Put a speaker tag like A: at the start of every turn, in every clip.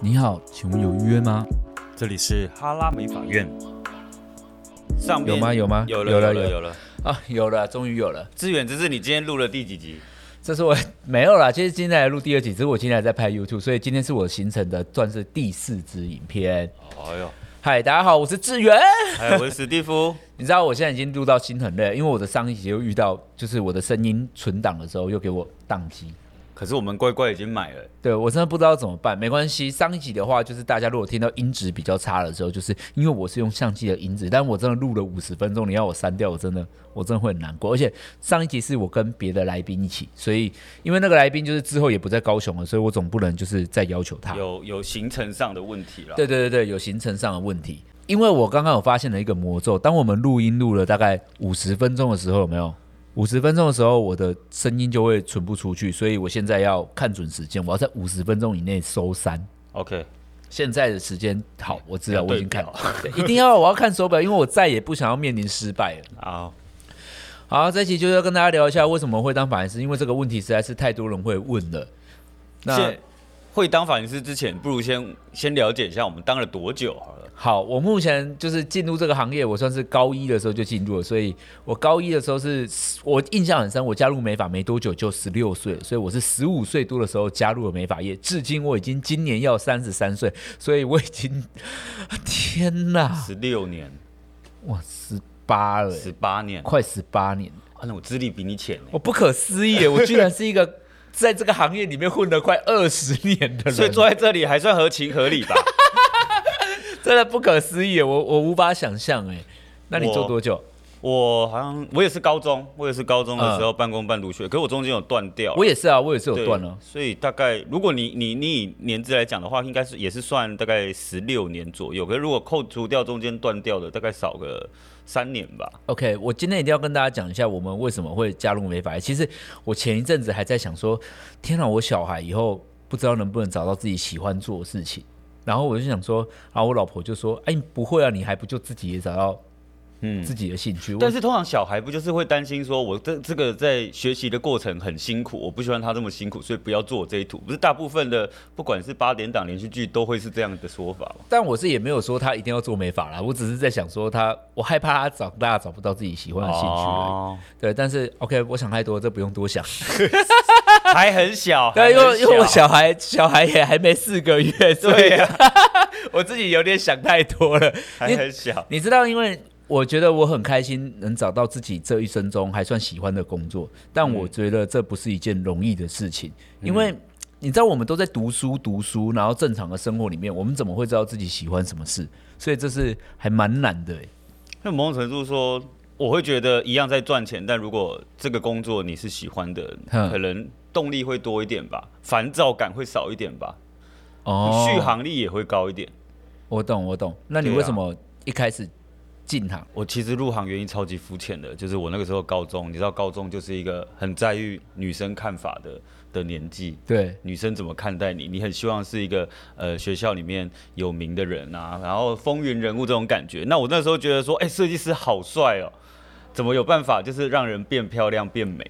A: 你好，请问有预约吗？
B: 这里是哈拉美法院。上面
A: 有吗？有吗？
B: 有了
A: 有
B: 有
A: 了
B: 了有了。
A: 啊，有了，终于有了。
B: 志远，这是你今天录了第几集？
A: 这是我 没有啦，其实今天来录第二集，只是我今天还在拍 YouTube，所以今天是我行程的算是第四支影片。
B: 哎呦，
A: 嗨，大家好，我是志源。
B: 还哎有我是史蒂夫。
A: 你知道我现在已经录到心很累，因为我的上一集又遇到，就是我的声音存档的时候又给我宕机。
B: 可是我们乖乖已经买了，
A: 对我真的不知道怎么办，没关系。上一集的话，就是大家如果听到音质比较差的时候，就是因为我是用相机的音质，但我真的录了五十分钟，你要我删掉，我真的我真的会很难过。而且上一集是我跟别的来宾一起，所以因为那个来宾就是之后也不在高雄了，所以我总不能就是再要求他。
B: 有有行程上的问题了。
A: 对对对对，有行程上的问题。因为我刚刚有发现了一个魔咒，当我们录音录了大概五十分钟的时候，有没有？五十分钟的时候，我的声音就会存不出去，所以我现在要看准时间，我要在五十分钟以内收山。
B: ，OK，
A: 现在的时间好，我知道，
B: 要
A: 啊我已
B: 哎对
A: 经看
B: 表
A: 了，对一定要我要看手表，因为我再也不想要面临失败了。
B: 哦好，
A: 好，这期就是要跟大家聊一下为什么会当法医师，因为这个问题实在是太多人会问了。那
B: 现会当法律师之前，不如先先了解一下我们当了多久好了。
A: 好，我目前就是进入这个行业，我算是高一的时候就进入了，所以我高一的时候是我印象很深，我加入美发没多久就十六岁了，所以我是十五岁多的时候加入了美发业，至今我已经今年要三十三岁，所以我已经天哪，
B: 十六年、
A: 哇，十八了耶，
B: 十八年，
A: 快十八年，
B: 啊，那我资历比你浅呢。
A: 我不可思议耶，我居然是一 个在这个行业里面混了快二十年的人，
B: 所以坐在这里还算合情合理吧？
A: 真的不可思议耶，我我无法想象哎。那你做
B: 我
A: 多久？
B: 我好像我也是高中，我也是高中的时
A: 嗯
B: 候半工半读学，可是我中间有断掉
A: 我。也是啊，我也是有
B: 对
A: 断了。
B: 所以大概如果你你你以年资来讲的话，应该是也是算大概十六年左右。可是如果扣除掉中间断掉的，大概少个三年吧。
A: OK，我今天一定要跟大家讲一下我们为什么会加入美发业。其实我前一阵子还在想说，天哪，我小孩以后不知道能不能找到自己喜欢做的事情。然后我就想说，然后我老婆就说：“哎，你不会啊，你还不就自己也找到
B: 嗯
A: 自己的兴趣？”我
B: 但是通常小孩不就是会担心说，我这这个在学习的过程很辛苦，我不喜欢他这么辛苦，所以不要做我这一途。不是大部分的，不管是八点档连续剧都会是这样的说法嘛？
A: 但我是也没有说他一定要做美发啦，我只是在想说他，我害怕他长大找不到自己喜欢的兴趣而已。
B: 哦
A: 对，但是 OK，我想太多，这不用多 想。
B: 还很小，
A: 对，因
B: 还很
A: 为因为我
B: 小
A: 小孩小孩也还没四个月，所以
B: 对呀、
A: 我自己有点想太多了。
B: 还很小。
A: 你知道，因为我觉得我很开心能找到自己这一生中还算喜欢的工作，但
B: 嗯
A: 我觉得这不是一件容易的事情，因为你知道我们都在读书读书，然后正常的生活里面，我们怎么会知道自己喜欢什么事？所以这是还蛮难的欸。
B: 那某种程度说，我会觉得一样在赚钱，但如果这个工作你是喜欢的，
A: 哼
B: 可能动力会多一点吧，烦躁感会少一点吧，
A: 哦
B: 续，航力也会高一点。
A: 我懂我懂。那你
B: 对啊
A: 为什么一开始进行？
B: 我其实入行原因超级肤浅的，就是我那个时候高中，你知道高中就是一个很在意女生看法的的年纪，
A: 对，
B: 女生怎么看待你？你很希望是一个呃学校里面有名的人啊，然后风云人物这种感觉。那我那时候觉得说，哎、设计师好帅哦，怎么有办法就是让人变漂亮变美？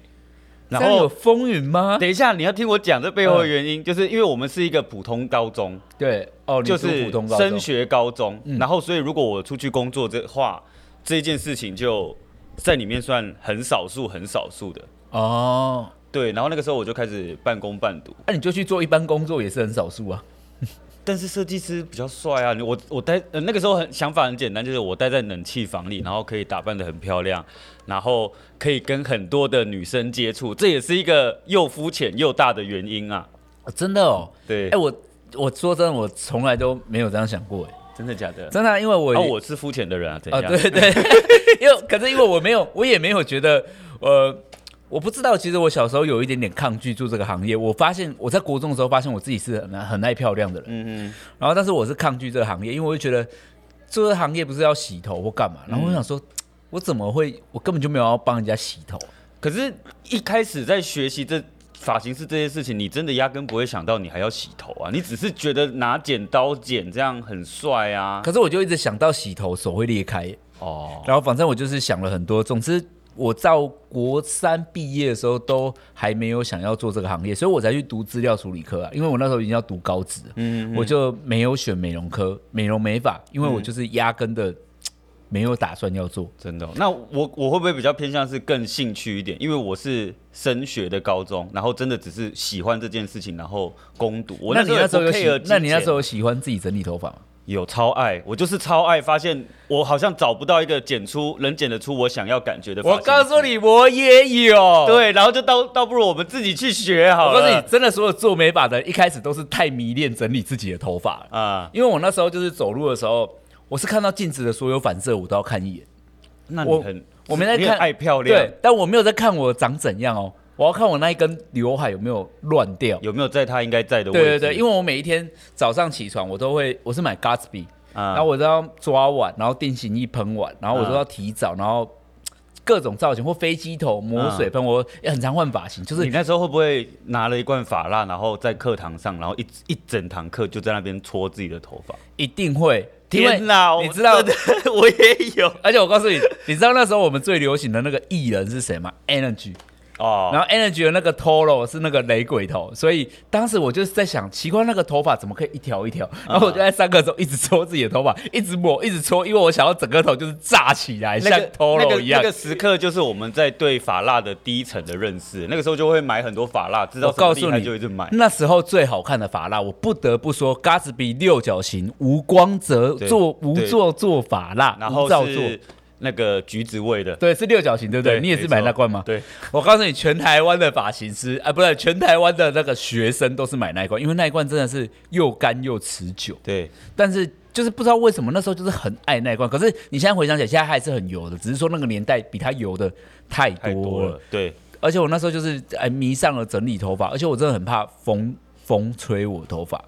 B: 然
A: 这样有
B: 后
A: 风云吗？
B: 等一下，你要听我讲这背后的原因，就是因为我们是一个普通高中，
A: 对，哦，你
B: 就
A: 读
B: 是
A: 普通高中嗯
B: 升学高中，然后所以如果我出去工作的话，这件事情就在里面算很少数很少数的。
A: 哦，
B: 对，然后那个时候我就开始半工半读，
A: 那、你就去做一般工作也是很少数啊。
B: 但是设计师比较帅啊！你我我待、呃、那个时候很想法很简单，就是我待在冷气房里，然后可以打扮得很漂亮，然后可以跟很多的女生接触，这也是一个又肤浅又大的原因啊！
A: 哦真的哦，
B: 对，
A: 哎、我我说真的，我从来都没有这样想过，哎，
B: 真的假的？
A: 真的啊、因为我
B: 哦，
A: 也
B: 我是肤浅的人啊，怎
A: 啊、
B: 样？
A: 对 对，因为可是因为我没有，我也没有觉得，呃，我不知道，其实我小时候有一点点抗拒做这个行业。我发现我在国中的时候，发现我自己是很爱很爱漂亮的人，
B: 嗯嗯，
A: 然后但是我是抗拒这个行业，因为我就觉得做这个行业不是要洗头或干嘛，然后
B: 嗯
A: 我想说，我怎么会，我根本就没有要帮人家洗头，啊
B: 可是，一开始在学习这发型师这些事情，你真的压根不会想到你还要洗头啊！你只是觉得拿剪刀剪这样很帅啊。
A: 可是我就一直想到洗头手会裂开，
B: 哦，
A: 然后反正我就是想了很多，总之我到国三毕业的时候都还没有想要做这个行业，所以我才去读资料处理科啊，因为我那时候已经要读高职了，我就没有选美容科、美容美发，因为我就是压根的没有打算要做。
B: 真的哦、那我我会不会比较偏向是更兴趣一点？因为我是升学的高中，然后真的只是喜欢这件事情，然后攻读。我
A: 那你那时候有
B: 也不 care
A: 喜，那你那
B: 金
A: 时
B: 钱
A: 候有喜欢自己整理头发吗？
B: 有超爱，我就是超爱，发现我好像找不到一个剪出能剪得出我想要感觉的。
A: 我告诉，你，我也有。
B: 对，然后就倒倒不如我们自己去学好
A: 啊我
B: 了。
A: 告诉你，真的，所有做美发的人一开始都是太迷恋整理自己的头发了。
B: 啊，
A: 因为我那时候就是走路的时候，我是看到镜子的所有反射，我都要看一眼。
B: 那
A: 我
B: 你很
A: 我没在
B: 你
A: 看
B: 很爱漂亮，
A: 对，，但我没有在看我长怎样哦，我要看我那一根刘海有没有乱掉。
B: 有没有在他应该在的位
A: 对对
B: 置？
A: 对，因
B: 为
A: 为我每一天早上起床，我都会，我是买 Gatsby，、
B: 啊
A: 然后我都要抓碗，然后定型液喷碗，然后我都要提早，然后各种造型或飞机头抹水喷，我也很常换发型，就是
B: 你那时候会不会拿了一罐法蜡，然后在课堂上，然后一一整堂课就在那边搓自己的头发？
A: 一定会。因为
B: 天哪，
A: 你知道
B: 我，真的 我也有
A: 而且我告诉你，你知道那时候我们最流行的那个艺人是谁吗？Energy。
B: 哦。
A: 然后 Energy 的那个 Toro 是那个雷鬼头，所以当时我就是在想，奇怪那个头发怎么可以一条一条？
B: 啊
A: 然后我就在上课的时候一直搓自己的头发，一直抹，一直搓，因为我想要整个头就是炸起来，
B: 那
A: 像
B: 个那
A: Toro
B: 个
A: 一样。
B: 那个时刻就是我们在对法蜡的第一层的认识。那个时候就会买很多法蜡，知道
A: 我
B: 什么
A: 告
B: 厉
A: 诉
B: 害
A: 你，
B: 就一直买。
A: 那时候最好看的发蜡，我不得不说，嘎子比六角形无光泽
B: 对
A: 做无
B: 对
A: 做做发蜡，
B: 然
A: 无
B: 后
A: 造作
B: 是那个橘子味的，
A: 对，是六角形，对不对？你也是买那罐吗？
B: 对，
A: 我告诉你，全台湾的发型师啊，不是全台湾的那个学生都是买那一罐，因为那一罐真的是又干又持久。
B: 对，
A: 但是就是不知道为什么那时候就是很爱那一罐，可是你现在回想起来，现在还是很油的，只是说那个年代比它油的太多
B: 太
A: 了。
B: 多了，对，
A: 而且我那时候就是哎迷上了整理头发，而且我真的很怕风风吹我头发，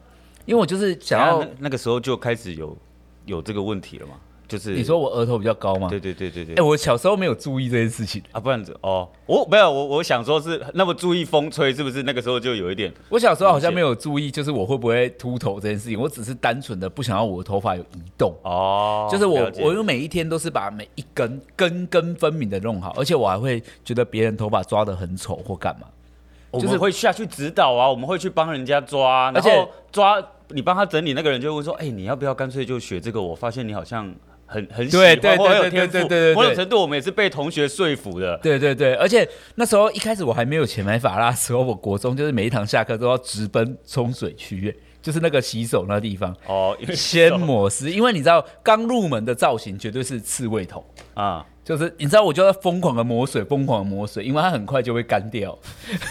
A: 因为我就是想
B: 然后
A: 要
B: 啊那。那个时候就开始有有这个问题了嘛，就是
A: 你，说我额头比较高吗？
B: 对对对对对
A: 哎、，我小时候没有注意这件事情，
B: 啊，不然怎哦，我没有，我我想说是那么注意风吹，是不是那个时候就有一点
A: 我小时候好像没有注意，就是我会不会秃头这件事情，我只是单纯的不想要我的头发有移动。
B: 哦，
A: 就是我
B: 了，解
A: 我又每一天都是把每一根根根分明的弄好，而且我还会觉得别人头发抓的很丑或干嘛。
B: 我
A: 就是
B: 们会下去指导啊，我们会去帮人家抓，
A: 而
B: 然
A: 且
B: 后抓你帮他整理，那个人就会说，哎、你要不要干脆就学这个？我发现你好像很很喜
A: 对
B: 欢，
A: 对
B: 或很有
A: 对对
B: 天赋
A: 对对对对
B: 某种程度我们也是被同学说服的，
A: 对对对，而且那时候一开始我还没有钱买法拉的时候，我国中就是每一堂下课都要直奔冲水区，哎就是那个洗手那 地方。
B: 哦，因为
A: 先抹湿，因为你知道刚入门的造型绝对是刺猬头，
B: 啊，
A: 就是你知道我就要疯狂的抹水，疯狂的抹水，因为它很快就会干掉。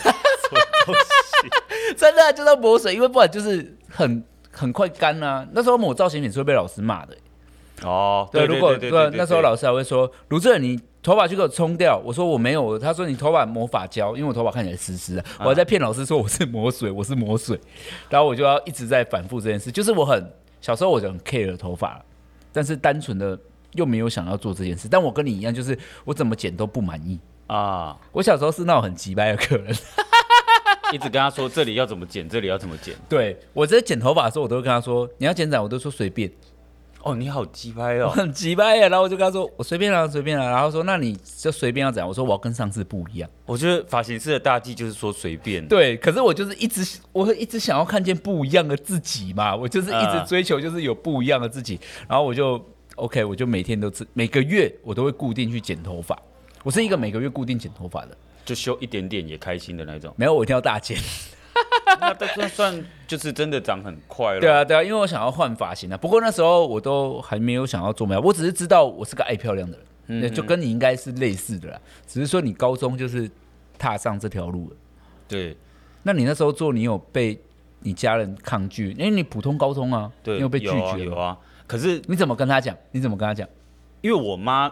A: 真的啊、就是要抹水，因为不然就是很很快干啊。那时候抹造型品是会被老师骂的、欸
B: 哦，
A: 对，如果
B: 对
A: 对那时候老师还会说：“卢志远，你头发去给我冲掉。”我说：“我没有。”他说：“你头发抹发胶，因为我头发看起来湿湿的。”我还在骗老师说我是抹水， 我是抹水。然后我就要一直在反复这件事，就是我很小时候我就很 care 头发，但是单纯的又没有想要做这件事。但我跟你一样，就是我怎么剪都不满意。
B: 啊，
A: 我小时候是那种很急掰的客人，
B: 一直跟他说这里要怎么剪，这里要怎么剪。
A: 对我在剪头发的时候，我都会跟他说：“你要剪短，我都说随便。”
B: 哦，你好鸡掰
A: 我
B: 哦，
A: 很急掰耶，啊然后我就跟他说：“我随便啊啦，随便啦。”然后说：“那你就随便要怎样？”我说：“我要跟上次不一样。”
B: 我觉得发型师的大忌就是说随便。
A: 对，可是我就是一直，我会一直想要看见不一样的自己嘛，我就是一直
B: 嗯
A: 追求就是有不一样的自己，然后我就 OK，我就每天都自每个月我都会固定去剪头发，我是一个每个月固定剪头发的，。
B: 就修一点点也开心的那种
A: 没有我一定要大剪。
B: 啊那这算算就是真的长很快了。
A: 对，啊，对啊，因为我想要换发型啊。不过那时候我都还没有想要做美容，我只是知道我是个爱漂亮的人，
B: 嗯
A: 那就跟你应该是类似的啦，只是说你高中就是踏上这条路了。
B: 对
A: 那你那时候做，你有被你家人抗拒？因为你普通高中啊，
B: 对，
A: 你有被拒
B: 啊
A: 绝
B: 有
A: 吗？
B: 啊。可是
A: 你怎么跟他讲？你怎么跟他讲？
B: 因为我妈，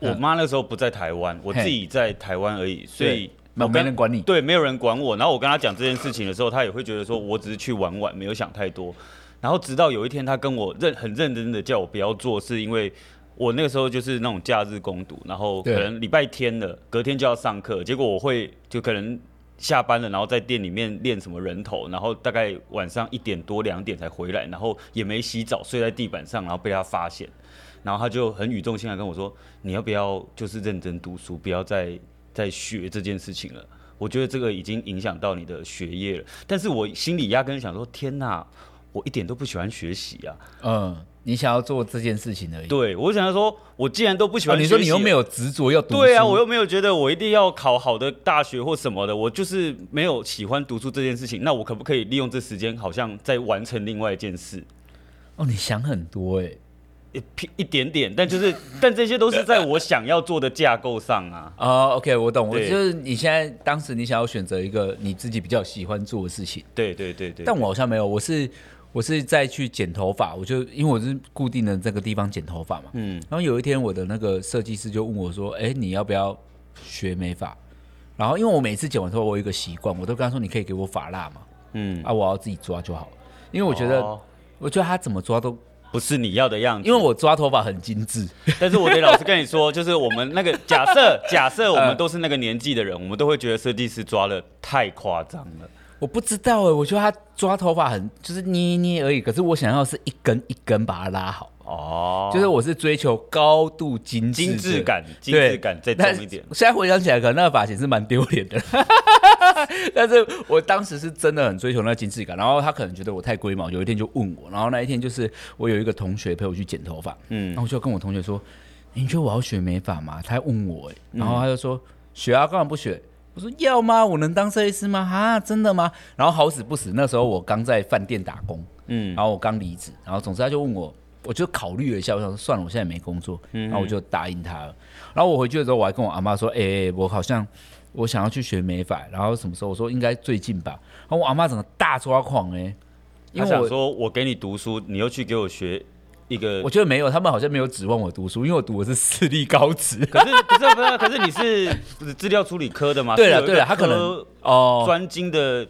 B: 我妈那时候不在台湾，我
A: 嗯嘿
B: 自己在台湾而已，所以
A: 没有
B: 我跟
A: 没人管你
B: 对，没有人管我。然后我跟她讲这件事情的时候，她也会觉得说我只是去玩玩，没有想太多。然后直到有一天，她跟我认很认真的叫我不要做，是因为我那个时候就是那种假日攻读，然后可
A: 对
B: 能礼拜天了，隔天就要上课，结果我会就可能。下班了，然后在店里面练什么人头，然后大概晚上一点多两点才回来，然后也没洗澡，睡在地板上，然后被她发现。然后他就很语重心长地跟我说，你要不要就是认真读书，不要再再学这件事情了。我觉得这个已经影响到你的学业了，但是我心里压根想说，天哪，我一点都不喜欢学习啊！
A: 嗯，你想要做这件事情而已。
B: 对我想说，我既然都不喜
A: 啊，嗯
B: 欢
A: 你
B: 学
A: 说
B: 习、
A: 你又没有执着要读书，
B: 对啊，我又没有觉得我一定要考好的大学或什么的，我就是没有喜欢读书这件事情。那我可不可以利用这时间，好像在完成另外一件事？
A: 哦，你想很多哎、
B: 一屁一点点，但就是， 但这些都是在我想要做的架构上啊。
A: 哦、o k 我懂，我
B: 对
A: 就是你现在当时你想要选择一个你自己比较喜欢做的事情，
B: 对对对对，
A: 但我好像没有，我是我是在去剪头发，我就因为我是固定的这个地方剪头发嘛，
B: 嗯，
A: 然后有一天我的那个设计师就问我说，哎、你要不要学美发？然后因为我每次剪完头发，我有一个习惯，我都跟他说，你可以给我发蜡嘛，
B: 嗯，
A: 啊，我要自己抓就好了，因为我觉得、
B: 哦
A: 我觉得他怎么抓都，
B: 不是你要的样子，
A: 因为我抓头发很精致。
B: 但是我得老实跟你说，就是我们那个假设，假设
A: 嗯
B: 我们都是那个年纪的人，我们都会觉得设计师抓的太夸张了。
A: 我不知道哎、我觉得他抓头发很就是捏一捏而已，可是我想要是一根一根把它拉好，
B: 哦，
A: 就是我是追求高度精致的
B: 精致，感，精
A: 对
B: 致感再重一点。。
A: 但现在回想起来，可能那个发型是蛮丢脸的， 但是我当时是真的很追求那个精致感。然后他可能觉得我太龟毛，有一天就问我，然后那一天就是我有一个同学陪我去剪头发，
B: 嗯
A: 然后我就跟我同学说：“你觉得我要学美发吗？”他还问我、欸，然
B: 嗯
A: 后他就说：“学啊，干嘛不学？”我说：“要吗？我能当设计师吗？啊，真的吗？”然后好死不死，那时候我刚在饭店打工，
B: 嗯
A: 然后我刚离职，然后总之他就问我，我就考虑了一下，我想说算了，我现在没工作，
B: 嗯
A: 然后我就答应他了。然后我回去的时候，我还跟我阿妈说：“哎、欸我好像我想要去学美发，然后什么时候？”我说：“应该最近吧。”然后我阿妈整个大抓狂哎、欸因
B: 他
A: 为
B: 想
A: 我
B: 说，我给你读书，你又去给我学一个
A: 我，觉得没有，他们好像没有指望我读书，因为我读的是私立高职。啊
B: 可是不是不是，可是你是不是资料处理科的吗？
A: 对
B: 是
A: 了
B: 有一
A: 对
B: 个
A: 了，他可能
B: 科
A: 哦，
B: 专精的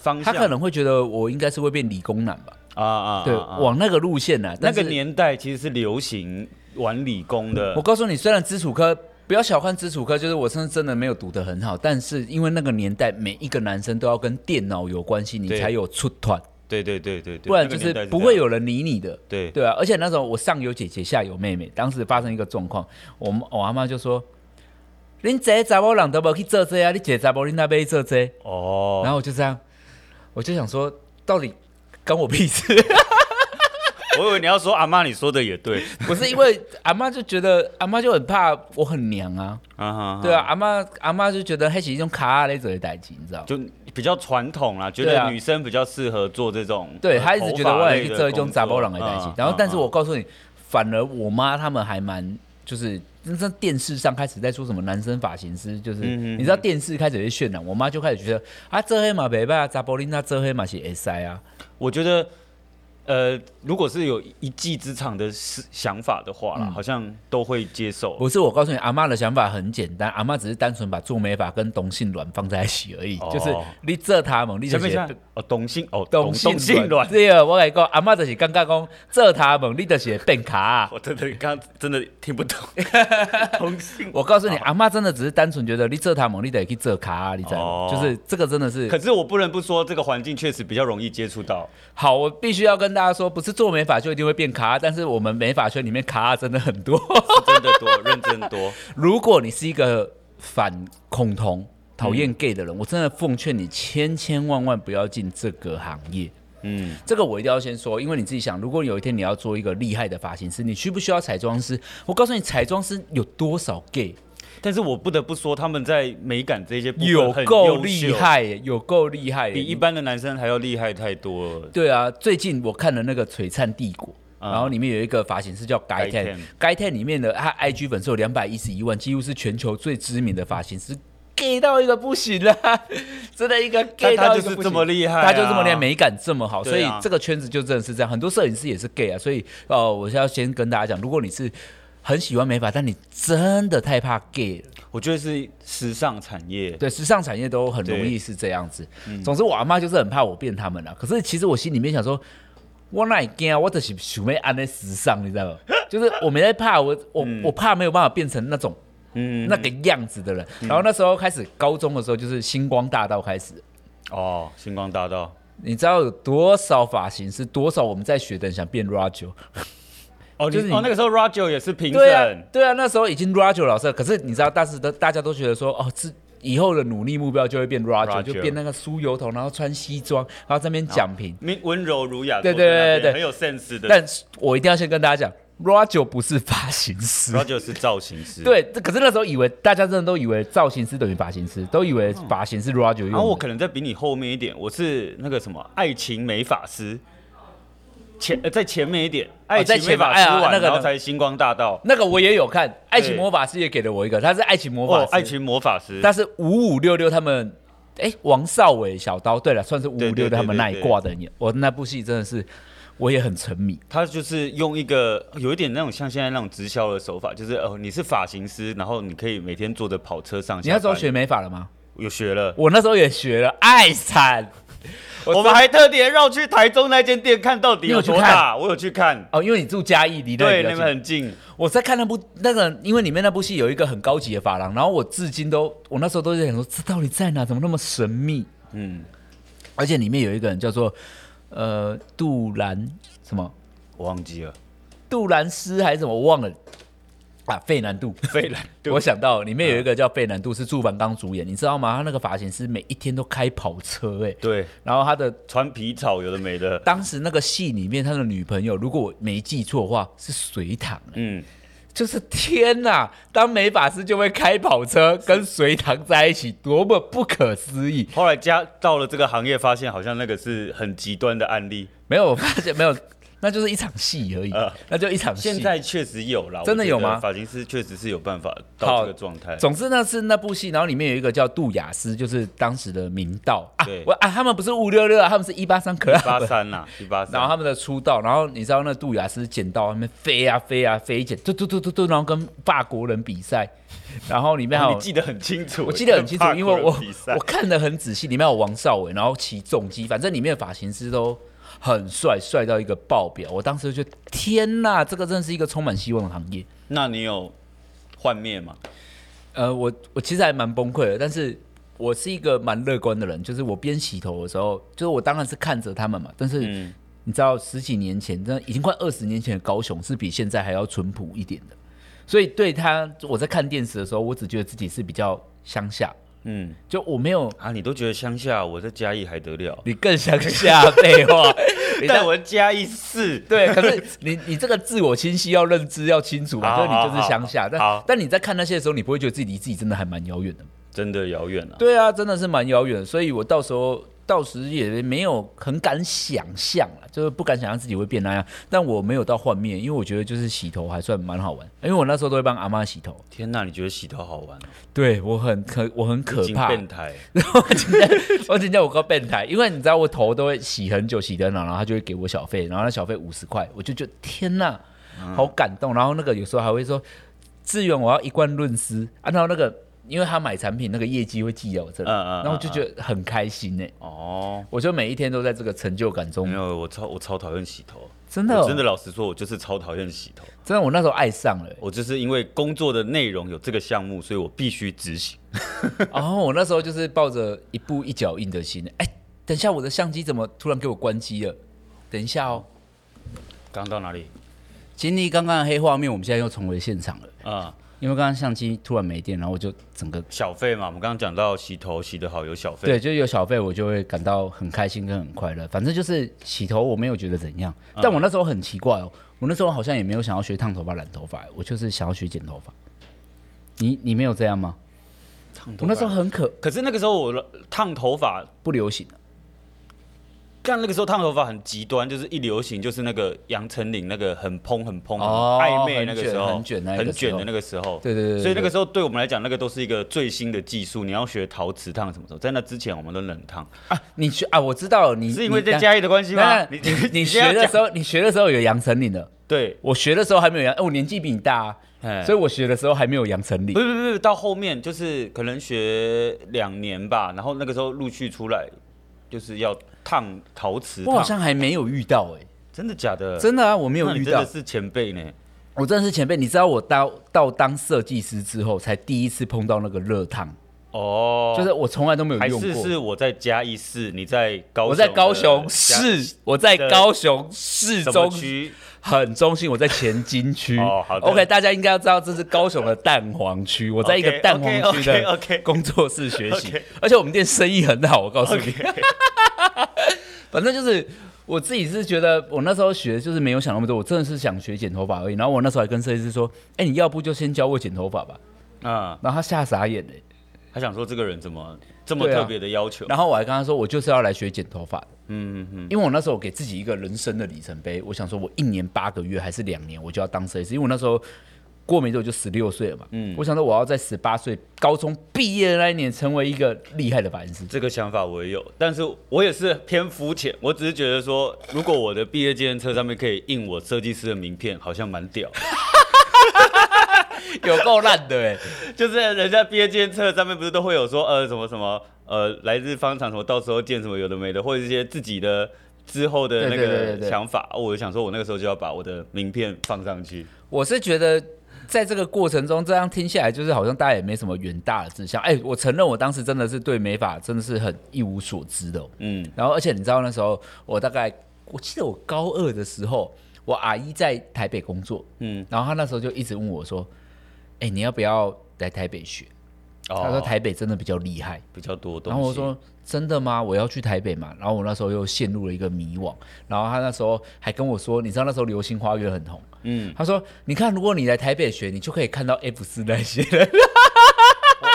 B: 方
A: 他
B: 向，
A: 可能会觉得我应该是会变理工男吧？
B: 啊啊，
A: 对，
B: 啊啊
A: 往那个路线呢、
B: 那
A: 但
B: 个
A: 是
B: 年代其实是流行玩理工的
A: 我，告诉你，虽然基础科不要小看基础科，就是我真真的没有读得很好，但是因为那个年代每一个男生都要跟电脑有关系，你
B: 对
A: 才有出团，
B: 对对对对对，
A: 不然
B: 那个
A: 就是
B: 年代是
A: 不
B: 这
A: 会
B: 样
A: 有人理你的。
B: 对
A: 对啊，而且那时候我上有姐姐，下有妹妹，当时发生一个状况，我们我阿妈就说：“恁这查某人都无去做这啊，你姐查某恁那边做这。”
B: 哦，
A: 然后我就这样，我就想说，到底关我屁事？
B: 我以为你要说阿妈，你说的也 对，
A: 不是因为阿妈就觉得阿妈就很怕我很娘啊，
B: 啊哈，
A: 对啊，，阿妈阿妈就觉得黑起一种卡类者的代际，你知道吗？
B: 就比较传统啦，觉
A: 对啊
B: 得女生比较适合做这种，
A: 对
B: 呃
A: 她一直觉得我也去做一种杂包狼的代际，然后但是，我
B: 头发
A: 告
B: 类的工作嗯嗯嗯
A: 诉你，反而我妈他们还蛮就是。那在电视上开始在说什么男生发型师，就是、
B: 嗯嗯嗯
A: 你知道电视开始被渲染，我妈就开始觉得啊，这黑马北拜，扎波琳娜这黑马是 S I 啊，
B: 我觉得。呃，如果是有一技之长的思想法的话啦，好像都会接受。
A: 不是，我告诉你，阿妈的想法很简单，阿妈只是单纯把做美发跟同性卵放在一起而已，
B: 哦
A: 就是你这他们，你就
B: 前面
A: 是
B: 像哦，懂性哦，
A: 同
B: 懂懂性卵，
A: 对啊，我来讲，阿妈就是刚刚讲这他们，你就是变卡、 啊
B: 我真的刚刚真的听不 懂，同性。
A: 我告诉你，阿妈真的只是单纯觉得你这他们，你得去这卡、啊你知道吗？
B: 哦
A: 就是这个真的是
B: 可是我不能不说，这个环境确实比较容易接触到。
A: 好，我必须要跟大家说，不是做美发就一定会变卡、啊但是我们美发圈里面卡、啊真的很多。
B: 是真的 多，认真多。
A: 如果你是一个反恐同、讨厌 gay 的
B: 嗯
A: 人，我真的奉劝你千千万万不要进这个行业。
B: 嗯，
A: 这个我一定要先说，因为你自己想，如果有一天你要做一个厉害的发型师，你需不需要彩妆师？我告诉你，彩妆师有多少 gay，
B: 但是我不得不说，他们在美感这些部分
A: 有
B: 很
A: 够
B: 优秀
A: 厉，害耶，有够厉害耶，
B: 比一般的男生还要厉害太多了。
A: 对啊，最近我看了那个《璀璨帝国》。
B: 嗯
A: 然后里面有一个发型师叫 Guy
B: Guy
A: Ten，Guy Ten 里面的他 IG 粉丝有两百一十一万，几乎是全球最知名的发型师，gay 到一个不行啦、 真的一个 gay
B: 但他
A: 到一个
B: 就是
A: 不行
B: 这么厉害啊
A: 他就这么厉害，美感这么好，所
B: 对
A: 以
B: 啊
A: 这个圈子就真的是这样。很多摄影师也是 gay 啊，所以哦，我是要先跟大家讲，如果你是很喜欢美发，但你真的太怕 gay 了，
B: 我觉得是时尚产业，
A: 对，时尚产业都很容易是这样子。
B: 嗯
A: 总之，我阿妈就是很怕我变他们啦。可是其实我心里面想说，我哪惊啊？我只是想要安那时尚，你知道吗？ 就是我没在怕，我我、我怕没有办法变成那种。
B: 嗯
A: 那个样子的人，然后那时候开始，高中的时候就是星光大道开始，
B: 哦，星光大道，
A: 你知道有多少发型是多少我们在学的人想变 Roger，
B: 哦，
A: 就
B: 就是是
A: 你
B: 哦，那个时候 Roger 也是评
A: 对啊
B: 审，，
A: 对啊，那时候已经 Roger 老师了，可是你知道，当时的大家都觉得说，哦，这以后的努力目标就会变 Roger，,
B: Roger
A: 就变那个梳油头，然后穿西装，然后这边讲评。
B: 温温柔儒雅，
A: 对
B: 坐在那边
A: 对对对
B: 很有 sense 的。
A: 但是我一定要先跟大家讲，Roger 不是发型师。
B: Roger 是造型师，。
A: 对，可是那时候以为大家真的都以为造型师等于发型师，都以为发型是 Roger 用的。
B: 然嗯啊后我可能再比你后面一点，我是那个什么爱情美发师，前呃在前面一点，爱
A: 在
B: 情
A: 前
B: 美发
A: 面哎
B: 师
A: 呀
B: 完，
A: 那个
B: 然后才星光大道，
A: 那个我也有看，《爱情
B: 对
A: 魔法师》也给了我一个，他是爱情魔法
B: 哦
A: 师，，
B: 爱情魔法师，
A: 但是五五六六他们，哎、王少伟、小刀，对了，算是五
B: 对
A: 五
B: 对
A: 六
B: 对
A: 他们那一挂的人。我那部戏真的是，我也很沉迷。
B: 他就是用一个有一点那种像现在那种直销的手法，就是哦，你是发型师，然后你可以每天坐着跑车上下
A: 你
B: 班。
A: 那时候学美发了吗？
B: 有学了，
A: 我那时候也学了，爱惨。
B: 我们还特别绕去台中那间店看到底
A: 你有
B: 有
A: 去
B: 多
A: 看
B: 大，我有去看，
A: 哦，因为你住嘉义，离那
B: 对，
A: 里比
B: 你
A: 较
B: 们
A: 近。
B: 很近，
A: 我在看那部那个，因为里面那部戏有一个很高级的发廊，然后我至今都，我那时候都在想说，这到底在哪？怎么那么神秘？
B: 嗯，
A: 而且里面有一个人叫做呃杜兰什么
B: 我忘 记了，
A: 杜兰斯还是什么，我忘了啊，费南杜。
B: 费兰
A: 我想到里面有一个叫费南度，是祝凡刚主演，你知道吗？他那个发型师每一天都开跑车、欸，
B: 对，
A: 然后他的
B: 穿皮草有的没的，
A: 当时那个戏里面，他的女朋友，如果我没记错的话，是隋唐、欸
B: 嗯，
A: 就是天呐、当美发师就会开跑车，跟隋唐在一起，多么不可思议！
B: 后来加到了这个行业，发现好像那个是很极端的案例，
A: 没有，我发现没有， 那就是一场戏而已，
B: 呃
A: 那就一场戏。
B: 现在确实有了，
A: 啊真的
B: 我觉
A: 有
B: 得
A: 吗
B: 发型师确实是有办法
A: 好
B: 到这个状态，
A: 总之呢是那部戏，然后里面有一个叫杜雅斯，就是当时的明道啊
B: 对，
A: 我啊，他们不是五六六啊，他们是一八三 club，
B: 一八三呐，一八三，
A: 然后他们的出道，然后你知道那杜雅斯剪刀，他们飞啊飞啊飞剪，嘟嘟嘟嘟嘟，然后跟法国人比赛， 然后里面还
B: 哦
A: 有
B: 你记得很清楚，
A: 我记得很清楚，因为我
B: 比赛
A: 我看得很仔细，里面有王少伟，然后骑重机，反正里面的发型师都很帅，帅到一个爆表。我当时就觉得天呐，这个真是一个充满希望的行业。
B: 那你有幻灭吗？
A: 呃，我我其实还蛮崩溃的，但是我是一个蛮乐观的人，就是我边洗头的时候，就是我当然是看着他们嘛，但是
B: 嗯
A: 你知道十几年前，真的已经快二十年前的高雄是比现在还要淳朴一点的，所以对他，我在看电视的时候，我只觉得自己是比较乡下，
B: 嗯
A: 就我没有
B: 啊，你都觉得乡下，我在嘉义还得了？
A: 你更乡下废话，你在
B: 但我嘉义市，
A: 对，可是你你这个自我清晰要认知要清楚啊，就
B: 好
A: 是你就是乡下
B: 好，
A: 但
B: 好
A: 但你在看那些的时候，你不会觉得自己离自己真的还蛮遥远的吗
B: 真的遥远啊。
A: 对啊，真的是蛮遥远，所以我到时候到时也没有很敢想象了，就是不敢想象自己会变那样。但我没有到幻灭，因为我觉得就是洗头还算蛮好玩，因为我那时候都会帮阿妈洗头。
B: 天哪，你觉得洗头好玩哦？
A: 对我很可我很可
B: 已经
A: 怕，
B: 变态，
A: 我今天我搞变态，因为你知道我头都会洗很久，洗得很好，然后他就会给我小费，然后那小费五十块，我就觉得天哪，
B: 嗯
A: 好感动。然后那个有时候还会说，志远我要一罐润丝啊，然后那个因为他买产品那个业绩会寄到我这里，
B: 嗯嗯
A: 然
B: 嗯
A: 后我就觉得很开心呢、
B: 哦。
A: 我就每一天都在这个成就感中
B: 没，有，我超我超讨厌洗头，
A: 真的哦
B: 我真的老实说，我就是超讨厌洗头。
A: 真的我那时候爱上了、欸
B: 我就是因为工作的内容有这个项目，所以我必须执行。
A: 然后我那时候就是抱着一步一脚印的心，哎、等一下我的相机怎么突然给我关机了？等一下哦，
B: 刚到哪里？
C: 经历刚刚的黑画面，我们现在又重回现场了。
B: 啊、
C: 因为刚刚相机突然没电，然后我就整个
B: 小费嘛，我们刚刚讲到洗头洗得好有小费。
C: 对，就是有小费，我就会感到很开心跟很快乐。反正就是洗头，我没有觉得怎样，
B: 嗯
C: 但我那时候很奇怪哦，我那时候好像也没有想要学烫头发、染头发，我就是想要学剪头发。你你没有这样吗？
B: 烫头
C: 我
B: 发
C: 那时候很可
B: 可是那个时候我烫头发，
C: 不流行啊
B: 干那个时候烫头发很极端，就是一流行就是那个杨丞琳那个很蓬很蓬、
A: 哦
B: 很暧昧那个时候，
A: 很卷很卷那个时
B: 很
A: 候
B: 卷的那个时候。
A: 对对对对
B: 所以那个时候对我们来讲，那个都是一个最新的技术。你要学陶瓷烫什么时候？在那之前我们都冷烫，
A: 啊，你去啊，我知道了，你
B: 是因为
A: 你
B: 在嘉义的关系
A: 那
B: 吗？
A: 你你学的时
B: 候
A: 候，你学的时候有杨丞琳的，
B: 对，
A: 我学的时候还没有杨，哎我年纪比你大啊，
B: 哎
A: 所以我学的时候还没有杨丞琳
B: 不。是不是不是，到后面就是可能学两年吧，然后那个时候陆续出来，就是要烫陶瓷
A: 我
B: 烫。
A: 好像还没有遇到哎、
B: 真的假的？
A: 真的啊，我没有
B: 那你
A: 遇
B: 真
A: 到
B: 的，是前辈呢。
A: 我真的是前辈。你知道我到到当设计师之后，才第一次碰到那个热烫，
B: 哦，
C: 就是我从来都没有
B: 还
C: 用
B: 是
C: 过。
B: 是我在嘉义市，你在高雄的嘉，
A: 我在高雄市，我在
B: 的
A: 高雄市
B: 什么
A: 中
B: 区？
A: 很中心，我在前金区。
B: 哦好的
A: OK，大家应该要知道这是高雄的蛋黄区，我在一个
B: OK，OK，
A: 蛋黄区的
B: OK，OK
A: 工作室学习
B: OK
A: 而且我们店生意很好，我告诉你。 反正就是我自己是觉得，我那时候学就是没有想那么多，我真的是想学剪头发而已。然后我那时候还跟设计师说：“哎、你要不就先教我剪头发吧。
B: 嗯”，
A: 然后他吓傻眼了、
B: 他想说这个人怎么这么
A: 对啊
B: 特别的要求？
A: 然后我还跟他说：“我就是要来学剪头发的。”
B: 嗯嗯
A: 因为我那时候给自己一个人生的里程碑，我想说，我一年八个月还是两年，我就要当设计师。因为我那时候过没多久就十六岁了嘛，嗯，我想说我要在十八岁高中毕业的那一年成为一个厉害的发型师。
B: 这个想法我也有，但是我也是偏肤浅，我只是觉得说，如果我的毕业纪念册上面可以印我设计师的名片，好像蛮屌。
A: 有够烂的哎、
B: 就是人家毕业纪念册上面不是都会有说，呃，什么什么，呃，来日方长，什么到时候见，什么有的没的，或者一些自己的之后的
A: 对
B: 那
A: 对对对
B: 个
A: 对
B: 想法。哦我就想说，我那个时候就要把我的名片放上去。
A: 我是觉得。在这个过程中，这样听下来，就是好像大家也没什么远大的志向。哎、我承认我当时真的是对美发真的是很一无所知的哦、
B: 嗯，
A: 然后，而且你知道那时候，我大概我记得我高二的时候，我阿姨在台北工作，
B: 嗯
A: 嗯，然后她那时候就一直问我说：“哎、你要不要来台北学？”她说台北真的比较厉害。
B: 哦比较多东
A: 然
B: 西。
A: 后我说：“真的吗？我要去台北嘛？”然后我那时候又陷入了一个迷惘。然后她那时候还跟我说：“你知道那时候《流星花园》很红，
B: 嗯，
A: 她说你看，如果你来台北学，你就可以看到 F 四那些人。”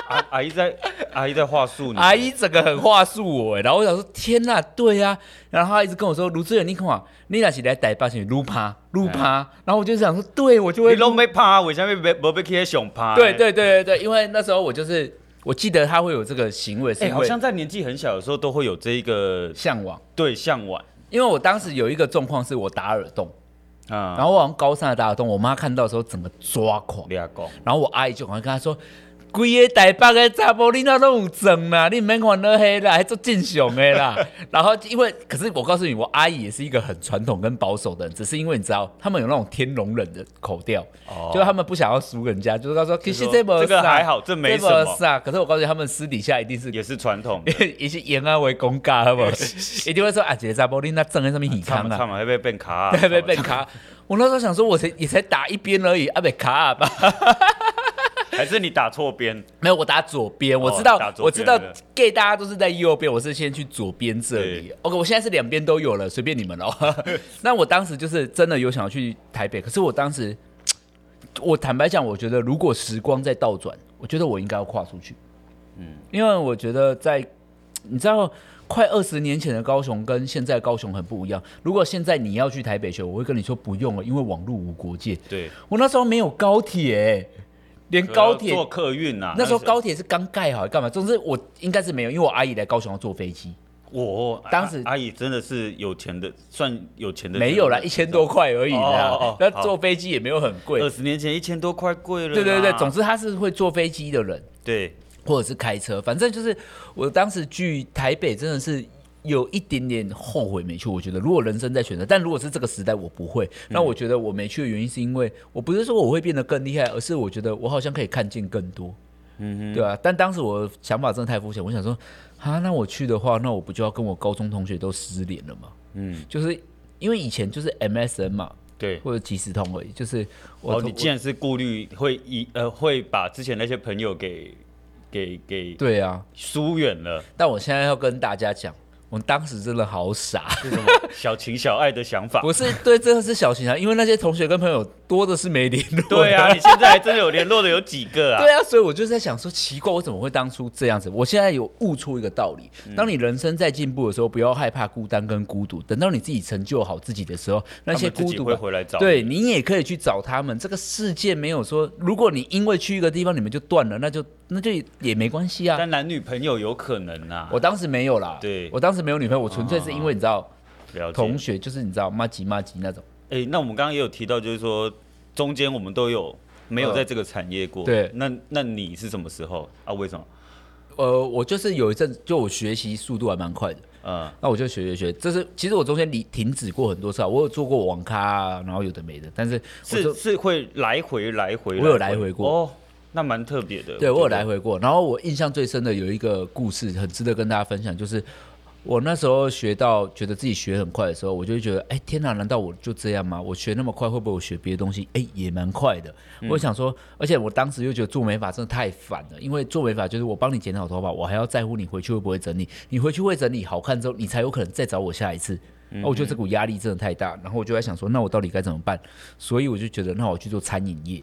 B: 阿阿姨在阿姨在话术 你。
A: 阿姨整个很话术我哎，然后我想说天呐、对呀、然后她一直跟我说卢志远，你看啊，你那是来台北是撸趴撸趴，然后我就想说，对我就
B: 你
A: 会
B: 拢没怕，为什么没没被起熊怕？
A: 对对对对对，因为那时候我就是我记得他会有这个行为，是
B: 哎、
A: 因
B: 好
A: 为
B: 像在年纪很小的时候都会有这一个
A: 向往，
B: 对向往
A: 因为我当时有一个状况是我打耳洞，
B: 啊，
A: 然后我好像高三的打耳洞，我妈看到的时候整个抓狂，
B: 俩公
A: 然后我阿姨就赶快跟她说。规个台北的查甫，你那拢有装啦，你免烦恼黑啦，还做正常的 啦。然后因为，可是我告诉你，我阿姨也是一个很传统跟保守的人，只是因为你知道，他们有那种天龙人的口调，
B: 哦
A: 就他们不想要输人家，就是他说其实这没
B: 这个
A: 啥
B: 还好这没什
A: 没
B: 么
A: 啥。可是我告诉你，他们私底下一定是
B: 也是传统的，
A: 也是言安为公尬，好不好？一定会说啊，姐查甫，你那装在上面很
B: 唱
A: 康
B: 嘛
A: 啊
B: 唱，嘛会被变卡、啊，
A: 对 被被卡。我那时候想说，我才也才打一边而已，啊，被卡吧。
B: 还是你打错边？
A: 没有，我打左边，我知道
B: 哦打，左边
A: 我知道
B: 对
A: gay 大家都是在右边，我是先去左边这里
B: 对。
A: OK，我现在是两边都有了，随便你们 喽。那我当时就是真的有想要去台北，可是我当时，我坦白讲，我觉得如果时光再倒转，我觉得我应该要跨出去。嗯，因为我觉得在，你知道。快二十年前的高雄跟现在高雄很不一样。如果现在你要去台北学，我会跟你说不用了，因为网络无国界。
B: 对，啊
A: 我那时候没有高铁、连高铁
B: 坐客运啊，
A: 那时候高铁是刚盖好，干嘛？总之我应该是没有，因为我阿姨来高雄要坐飞机，
B: 我
A: 当时
B: 阿姨真的是有钱的，算有钱的，
A: 没有啦，一千多，块而已
B: 哦哦哦
A: 啦。那
B: 好
A: 坐飞机也没有很贵
B: 二。十啊年前一千多块贵了啦，
A: 对对对，总之他是会坐飞机的人，
B: 对，
A: 或者是开车，反正就是我当时去台北真的是。有一点点后悔没去，我觉得如果人生再选择，但如果是这个时代，我不会。
B: 嗯
A: 那我觉得我没去的原因是因为我不是说我会变得更厉害，而是我觉得我好像可以看见更多。
B: 嗯
A: 对啊，但当时我的想法真的太肤浅，我想说，啊，那我去的话，那我不就要跟我高中同学都失联了吗？
B: 嗯，
A: 就是因为以前就是 MSN 嘛，
B: 对。
A: 或者即时通而已，就是我、
B: 哦，你既然是顾虑，会以呃会把之前那些朋友给给给
A: 对啊，
B: 疏远了，
A: 但我现在要跟大家讲，我们当时真的好傻，
B: 是什 么小情小爱的想法？
A: 不是对这个是小心啊，因为那些同学跟朋友多的是没联络。
B: 对啊，你现在还真的有联络的有几个 啊？
A: 对啊，所以我就在想说，奇怪，我怎么会当初这样子？我现在有悟出一个道理：
B: 嗯
A: 当你人生在进步的时候，不要害怕孤单跟孤独。等到你自己成就好自己的时候，那些
B: 他们自
A: 孤
B: 己
A: 独
B: 会
A: 感
B: 回来找你
A: 对你也可以去找他们。这个世界没有说，如果你因为去一个地方你们就断了，那就那就也没关系啊。
B: 但男女朋友有可能啊，
A: 我当时没有啦，
B: 对啊
A: 我当时没有女朋友，我纯粹是因为你知道，
B: 了解
A: 同。学就是你知道妈吉妈吉那种，
B: 哎、那我们刚刚也有提到，就是说中间我们都有没有在这个产业过？
A: 呃对
B: 那那你是什么时候啊？为什么？
A: 呃，我就是有一阵就我学习速度还蛮快的，
B: 嗯，
A: 那我就学学学，这是其实我中间离停止过很多次啊，我有做过网咖啊、然后有的没的，但是我
B: 是
A: 就是
B: 会来回来回，
A: 我有来回过
B: 哦，那蛮特别的。
A: 对我有
B: 觉得
A: 来回过。然后我印象最深的有一个故事，很值得跟大家分享，就是我那时候学到觉得自己学很快的时候，我就会觉得，哎，天哪，难道我就这样吗？我学那么快，会不会我学别的东西，哎，也蛮快的？我想说，而且我当时又觉得做美发真的太烦了，因为做美发就是我帮你剪好头发，我还要在乎你回去会不会整理，你回去会整理好看之后，你才有可能再找我下一次。啊我觉得这股压力真的太大，然后我就在想说，那我到底该怎么办？所以我就觉得，那我去做餐饮业。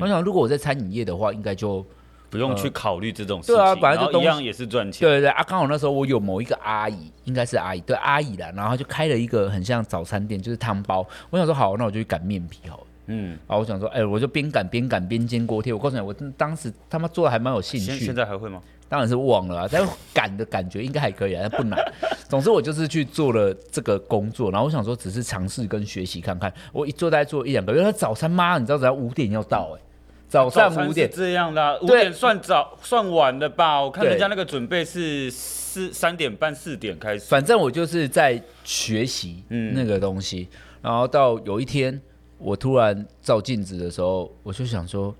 A: 我想，如果我在餐饮业的话，应该就
B: 不用去考虑这种事
A: 嗯
B: 情，
A: 对啊本来就
B: 然后
A: 东
B: 一
A: 西
B: 样也是赚钱。
A: 对对对，啊，刚好那时候我有某一个阿姨，应该是阿姨，对阿姨啦，然后她就开了一个很像早餐店，就是汤包。我想说好，那我就去擀面皮好了。
B: 嗯，
A: 然后我想说，哎、我就边擀边擀边煎锅贴。我告诉你，我当时他妈做的还蛮有兴
B: 现
A: 趣
B: 现
A: 的，
B: 在还会吗？
A: 当然是忘了啊，但擀的感觉应该还可以啊，但不难。总之我就是去做了这个工作，然后我想说只是尝试跟学习看看。我一做大概做一两个月，因为他早餐妈，你知道只要五点要到哎、早上
B: 早餐
A: 五
B: 是
A: 点，
B: 这样啦，五
A: 对
B: 点算早算晚的吧？我看
A: 对
B: 人家那个准备是四三点半四点开始。
A: 反正我就是在学习
B: 嗯
A: 那个东西，然后到有一天我突然照镜子的时候，我就想说，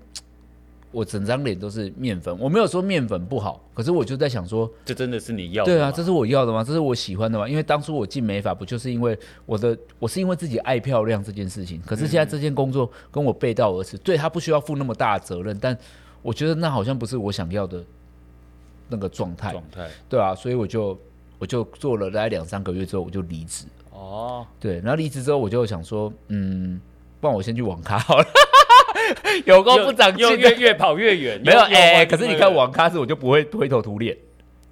A: 我整张脸都是面粉。我没有说面粉不好，可是我就在想说，
B: 这真的是你要的
A: 对啊，
B: 吗
A: 这是我要的吗？这是我喜欢的吗？因为当初我进美发不就是因为我的，我是因为自己爱漂亮这件事情。可是现在这件工作跟我背道而驰，对他不需要负那么大的责任，但我觉得那好像不是我想要的那个状态。
B: 状态
A: 对啊，所以我就我就做了大概两三个月之后，我就离职。
B: 哦，
A: 对，然后离职之后，我就想说，嗯，不然我先去网咖好了， 有够不长进
B: 又
A: 的
B: 越。越跑越远。
A: 没有
B: 又又
A: 哎、
B: 往
A: 可是你看网咖是我就不会灰头土脸，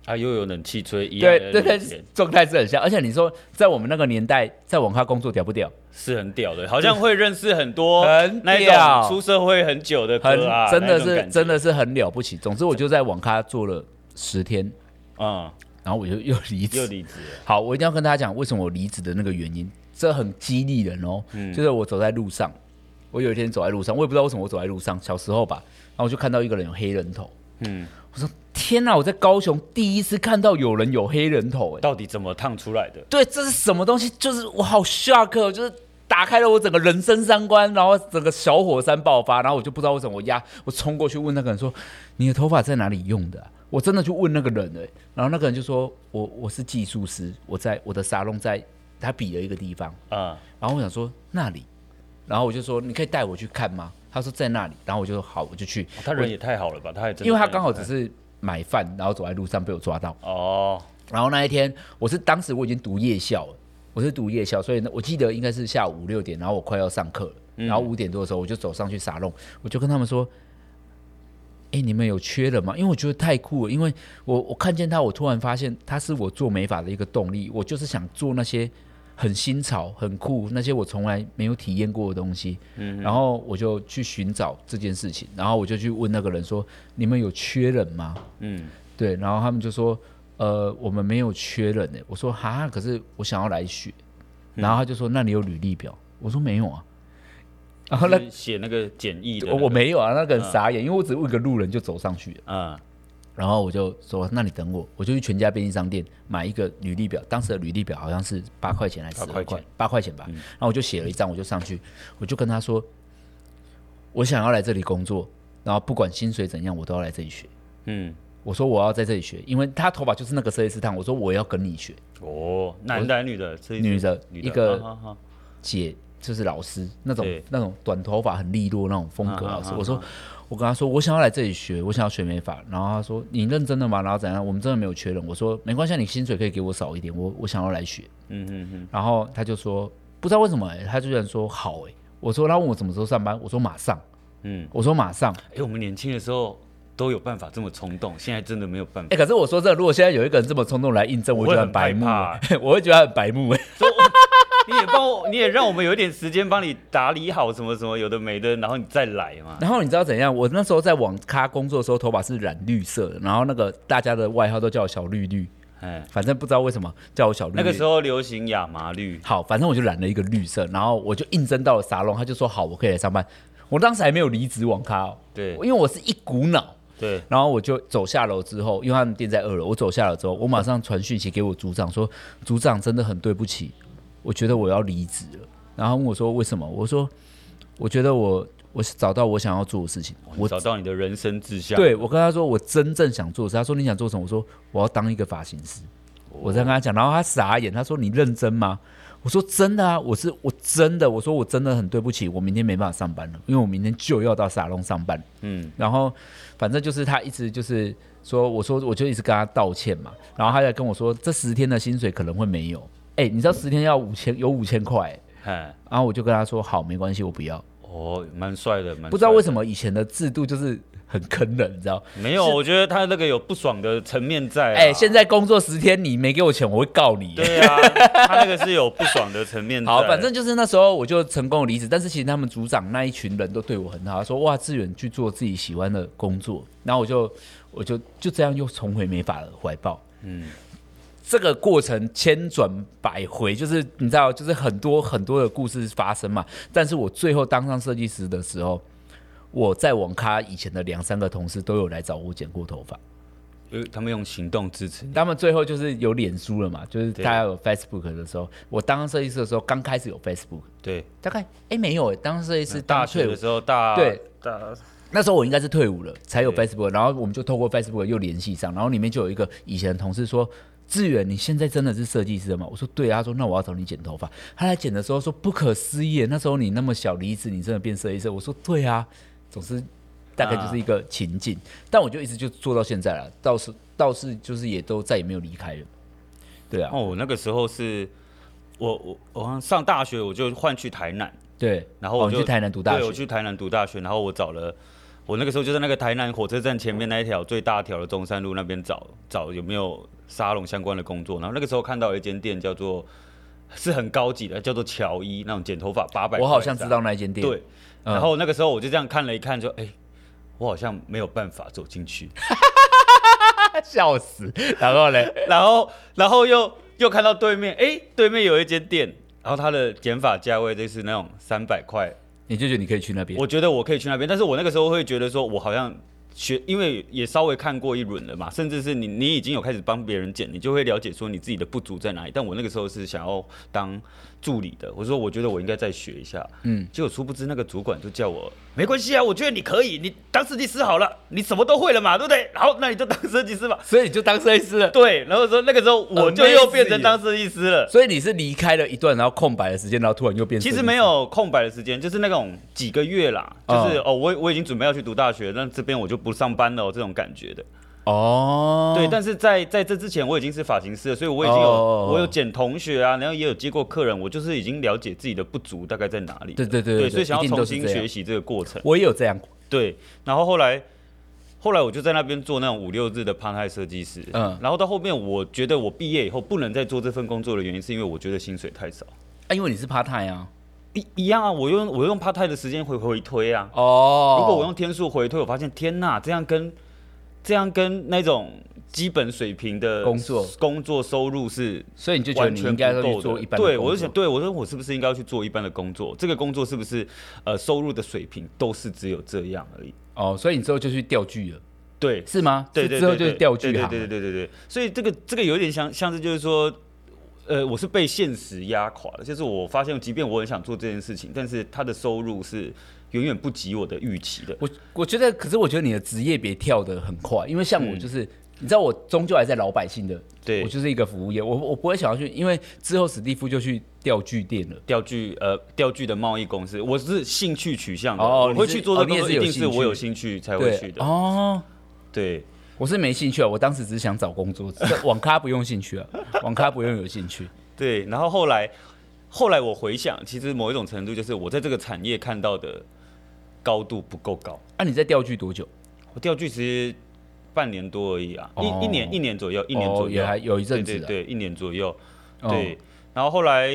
B: 啊，又有冷气吹，一样
A: 对
B: 的
A: 对对
B: 冷气，
A: 状态是很像。而且你说在我们那个年代，在网咖工作屌不屌？
B: 是很屌的，好像会认识很多
A: 很
B: 那一
A: 屌
B: 种出社会很久的
A: 很
B: 哥啊，
A: 真的
B: 那一种感
A: 是
B: 觉
A: 真的是很了不起。总之我就在网咖做了十天，
B: 嗯，
A: 然后我就又离职
B: 又，离职了，
A: 好，我一定要跟大家讲为什么我离职的那个原因，这很激励人哦。就是我走在路上，我有一天走在路上，我也不知道为什么我走在路上，小时候吧，然后我就看到一个人有黑人头，
B: 嗯，
A: 我说天啊哪、我在高雄第一次看到有人有黑人头、哎，
B: 到底怎么烫出来的？
A: 对，这是什么东西？就是我好 shock，哦就是。打开了我整个人生三观，然后整个小火山爆发，然后我就不知道为什么我压我冲过去问那个人说：“你的头发在哪里用的啊、我真的去问那个人哎、然后那个人就说：“我我是技术师，我在我的沙龙在他比了一个地方。”
B: 啊，
A: 然后我想说那里，然后我就说你可以带我去看吗？他说在那里，然后我就说好，我就去，
B: 他人也太好了吧？他还真的
A: 因为他
B: 带你
A: 刚好只
B: 看
A: 是买饭，然后走在路上被我抓到。
B: 哦，
A: 然后那一天我是当时我已经读夜校了，我是读夜校，所以呢，我记得应该是下午五六点，然后我快要上课了，然后五点多的时候我就走上去沙龙，我就跟他们说。哎、你们有缺人吗？因为我觉得太酷了，因为我我看见他，我突然发现他是我做美发的一个动力。我就是想做那些很新潮、很酷那些我从来没有体验过的东西。然后我就去寻找这件事情，然后我就去问那个人说：“你们有缺人吗？”
B: 嗯，
A: 对，然后他们就说，呃，我们没有缺人呢。欸我说哈，可是我想要来学，然后他就说，那你有履历表？我说没有啊。然 后
B: 后
A: 那
B: 来写那个简易的那
A: 我
B: 个，
A: 我没有啊，那个人傻眼，因为我只问一个路人就走上去了，
B: 嗯，
A: 然后我就说，那你等我，我就去全家便利商店买一个履历表，当时的履历表好像是八块钱还是十
B: 八块
A: 块
B: 钱，嗯
A: 八块钱吧，然后我就写了一张，我就上去，我就跟他说，我想要来这里工作，然后不管薪水怎样，我都要来这里学。
B: 嗯，
A: 我说我要在这里学，因为他头发就是那个设计师烫。我说我要跟你学，
B: 哦，男的还是女的，这一
A: 女的
B: 女
A: 一个
B: 啊啊啊
A: 姐就是老师那种
B: 对
A: 那种短头发很利落那种风格
B: 啊啊
A: 老师。
B: 啊
A: 我说我跟他说我想要来这里学，我想要学美发。然后他说你认真的吗？然后怎样？我们真的没有缺人。我说没关系啊，你薪水可以给我少一点，我我想要来学。
B: 嗯嗯嗯，
A: 然后他就说不知道为什么、欸他居然说好哎、欸我说他问我什么时候上班，我说马上，
B: 嗯，
A: 我说马上。
B: 哎，我们年轻的时候都有办法这么冲动，现在真的没有办
A: 哎、
B: 法。
A: 可是我说真的，如果现在有一个人这么冲动来印证，我
B: 我
A: 觉
B: 会
A: 得
B: 很
A: 很白目、
B: 害
A: 欸 我会觉得他很白目哎、欸
B: 说我你也帮我，你也让我们有一点时间帮你打理好什么什么有的没的，然后你再来嘛。
A: 然后你知道怎样？我那时候在网咖工作的时候，头发是染绿色的，然后那个大家的外号都叫我小绿绿，
B: 哎，
A: 反正不知道为什么叫我小绿绿。
B: 那个时
A: 候
B: 候流行亚麻绿，
A: 好，反正我就染了一个绿色，然后我就应征到了沙龙，他就说好，我可以来上班。我当时还没有离职网咖、哦，
B: 对
A: 因为我是一股脑。
B: 对，
A: 然后我就走下楼之后，因为他们店在二楼，我走下楼之
B: 嗯
A: 后，我马上传讯息给我组长说：“组长真的很对不起，我觉得我要离职了。”然后问我说：“为什么？”我说：“我觉得我我找到我想要做的事情，我
B: 我找到你的人生志向。
A: 对我跟他说我真正想做的事，他说你想做什么？我说我要当一个发型师。我在跟他讲，然后他傻眼，他说你认真吗？我说真的啊，我是我真的，我说我真的很对不起，我明天没办法上班了，因为我明天就要到沙龙上班。
B: 嗯，
A: 然后反正就是他一直就是说，我说我就一直跟他道歉嘛，然后他在跟我说这十天的薪水可能会没有，哎、你知道十天要五千有五千块、欸
B: 哎，
A: 然后我就跟他说好，没关系，我不要。
B: 哦，蛮帅的，蛮
A: 不知道为什
B: 么
A: 么以前的制度就是很坑人，你知道？
B: 没有，我觉得他那个有不爽的层面在啊。
A: 哎、现在工作十天你没给我钱，我会告你。
B: 对啊， 他那个是有不爽的层面在。
A: 好，反正就是那时候我就成功地离职，但是其实他们组长那一群人都对我很好，他说哇，志远去做自己喜欢的工作，然后我就我就就这样又重回美法的怀抱。
B: 嗯，
A: 这个过程千转百回，就是你知道，就是很多很多的故事发生嘛。但是我最后当上设计师的时候，我在网咖以前的两三个同事都有来找我剪过头发，
B: 呃他们用行动支持你。
A: 他们最后就是有脸书了嘛，就是大家有 Facebook 的时候，我当上设计师的时候刚开始有 Facebook，
B: 对，
A: 大概哎、诶没有、诶当上设计师
B: 大
A: 当
B: 学
A: 退伍
B: 的时候大
A: 对
B: 大
A: 那时候我应该是退伍了，才有
B: 对
A: Facebook，然后我们就透过 Facebook 又联系上，然后里面就有一个以前的同事说：“志远，你现在真的是设计师了吗？”我说：“对啊。”他说：“那我要找你剪头发。”他来剪的时候说：“不可思议，那时候你那么小离职，你真的变设计师？”我说：“对啊。”总之，大概就是一个情境，
B: 啊
A: 但我就一直就做到现在了，倒是倒是就是也都再也没有离开了。对啊，
B: 哦，我那个时候是我我我好像上大学我就换去台南，
A: 对。
B: 然后
A: 哦
B: 我
A: 你
B: 就、
A: 去台南读大
B: 对，
A: 学
B: 我，去台南读大学，然后我找了，我那个时候就在那个台南火车站前面那一条最大条的中山路那边找找有没有沙龙相关的工作，然后那个时候看到有一间店叫做是很高级的，叫做乔伊那种剪头发八百，
A: 我好像知道那一间店。
B: 啊对，
A: 嗯
B: 然后那个时候我就这样看了一看就，哎，我好像没有办法走进去，
A: 笑死。然后嘞，
B: 然后然后又又看到对面，哎，对面有一间店，然后它的剪发价位就是那种三百块
A: 你就觉得你可以去那边？
B: 我觉得我可以去那边，但是我那个时候会觉得说，我好像学，因为也稍微看过一轮了嘛，甚至是你你已经有开始帮别人剪，你就会了解说你自己的不足在哪里。但我那个时候是想要当助理的，我说我觉得我应该再学一下，嗯，结果殊不知那个主管就叫我，没关系啊，我觉得你可以，你当设计师好了，你什么都会了嘛，对不对？好，那你就当设计师吧。
A: 所以你就当设计师了。
B: 对，然后说那个时候我
A: 呃
B: 就又变成当设计师了。
A: 所以你是离开了一段，然后空白的时间，然后突然又变。
B: 其实没，有空白的时间，就是那种几个月啦，就是
A: 嗯
B: 哦，我我已经准备要去读大学，但这边我就不上班了、哦，这种感觉的。
A: 哦，
B: 对，但是在在这之前，我已经是发型师了，所以我已经有、
A: 哦
B: 我有剪同学啊，然后也有接过客人，我就是已经了解自己的不足大概在哪里了。
A: 对对对对
B: 对，所以
A: 一
B: 想要
A: 定
B: 重
A: 都是
B: 新
A: 这样
B: 学习这个过程。
A: 我也有这样过，
B: 对，然后后来后来我就在那边做那种五六日的胖态设计师，
A: 嗯
B: 嗯，然后到后面我觉得我毕业以后不能再做这份工作的原因，是因为我觉得薪水太少。
A: 啊，因为你是 part time 啊，
B: 一一样啊，我用我用 part time 的时间回回推啊，
A: 哦
B: 如果我用天数回推，我发现天呐，这样跟这样跟那种基本水平的
A: 工作
B: 工作收入是
A: 所以你就觉得
B: 完
A: 你
B: 全
A: 应该要
B: 不够
A: 去
B: 的
A: 做一般的
B: 对，
A: 工
B: 我就
A: 作
B: 想，对我说我是不是应该要去做一般的工作？这个工作是不是呃收入的水平都是只有这样而已？
A: 哦，所以你之后就去钓剧了，
B: 对，
A: 是吗？
B: 对
A: 是
B: 对
A: 之后
B: 对
A: 就是
B: 对
A: 钓剧
B: 对
A: 行了，
B: 对对对对对，所以这个这个有点像像是就是说，呃，我是被现实压垮的，就是我发现，即便我很想做这件事情，但是他的收入是远远不及我的预期的。
A: 我我觉得，可是我觉得你的职业别跳得很快，因为像我就是，你知道我终究还在老百姓的，
B: 嗯对
A: 我就是一个服务业，我我不会想要去，因为之后史蒂夫就去钓剧店了。
B: 钓具呃，钓具的贸易公司，我是兴趣取向的，
A: 哦
B: 我
A: 你
B: 会
A: 是
B: 去做的
A: 哦你
B: 工
A: 也
B: 作，
A: 是
B: 一
A: 有
B: 定是
A: 兴
B: 我有
A: 趣
B: 兴趣才会去
A: 对
B: 的。
A: 哦，
B: 对，
A: 我是没兴趣啊，我当时只是想找工作，这网咖不用兴 趣啊，网咖不用有兴趣。
B: 对，然后后来，后来我回想，其实某一种程度就是我在这个产业看到的高度不够高。
A: 那、啊你在钓剧多久？
B: 我钓具其实半年多而已啊，
A: 哦
B: 一一年一年左右，一年左
A: 哦、
B: 右，
A: 也还有一阵子、
B: 对
A: 啊。
B: 对对，一年左右。
A: 哦
B: 对，然后后来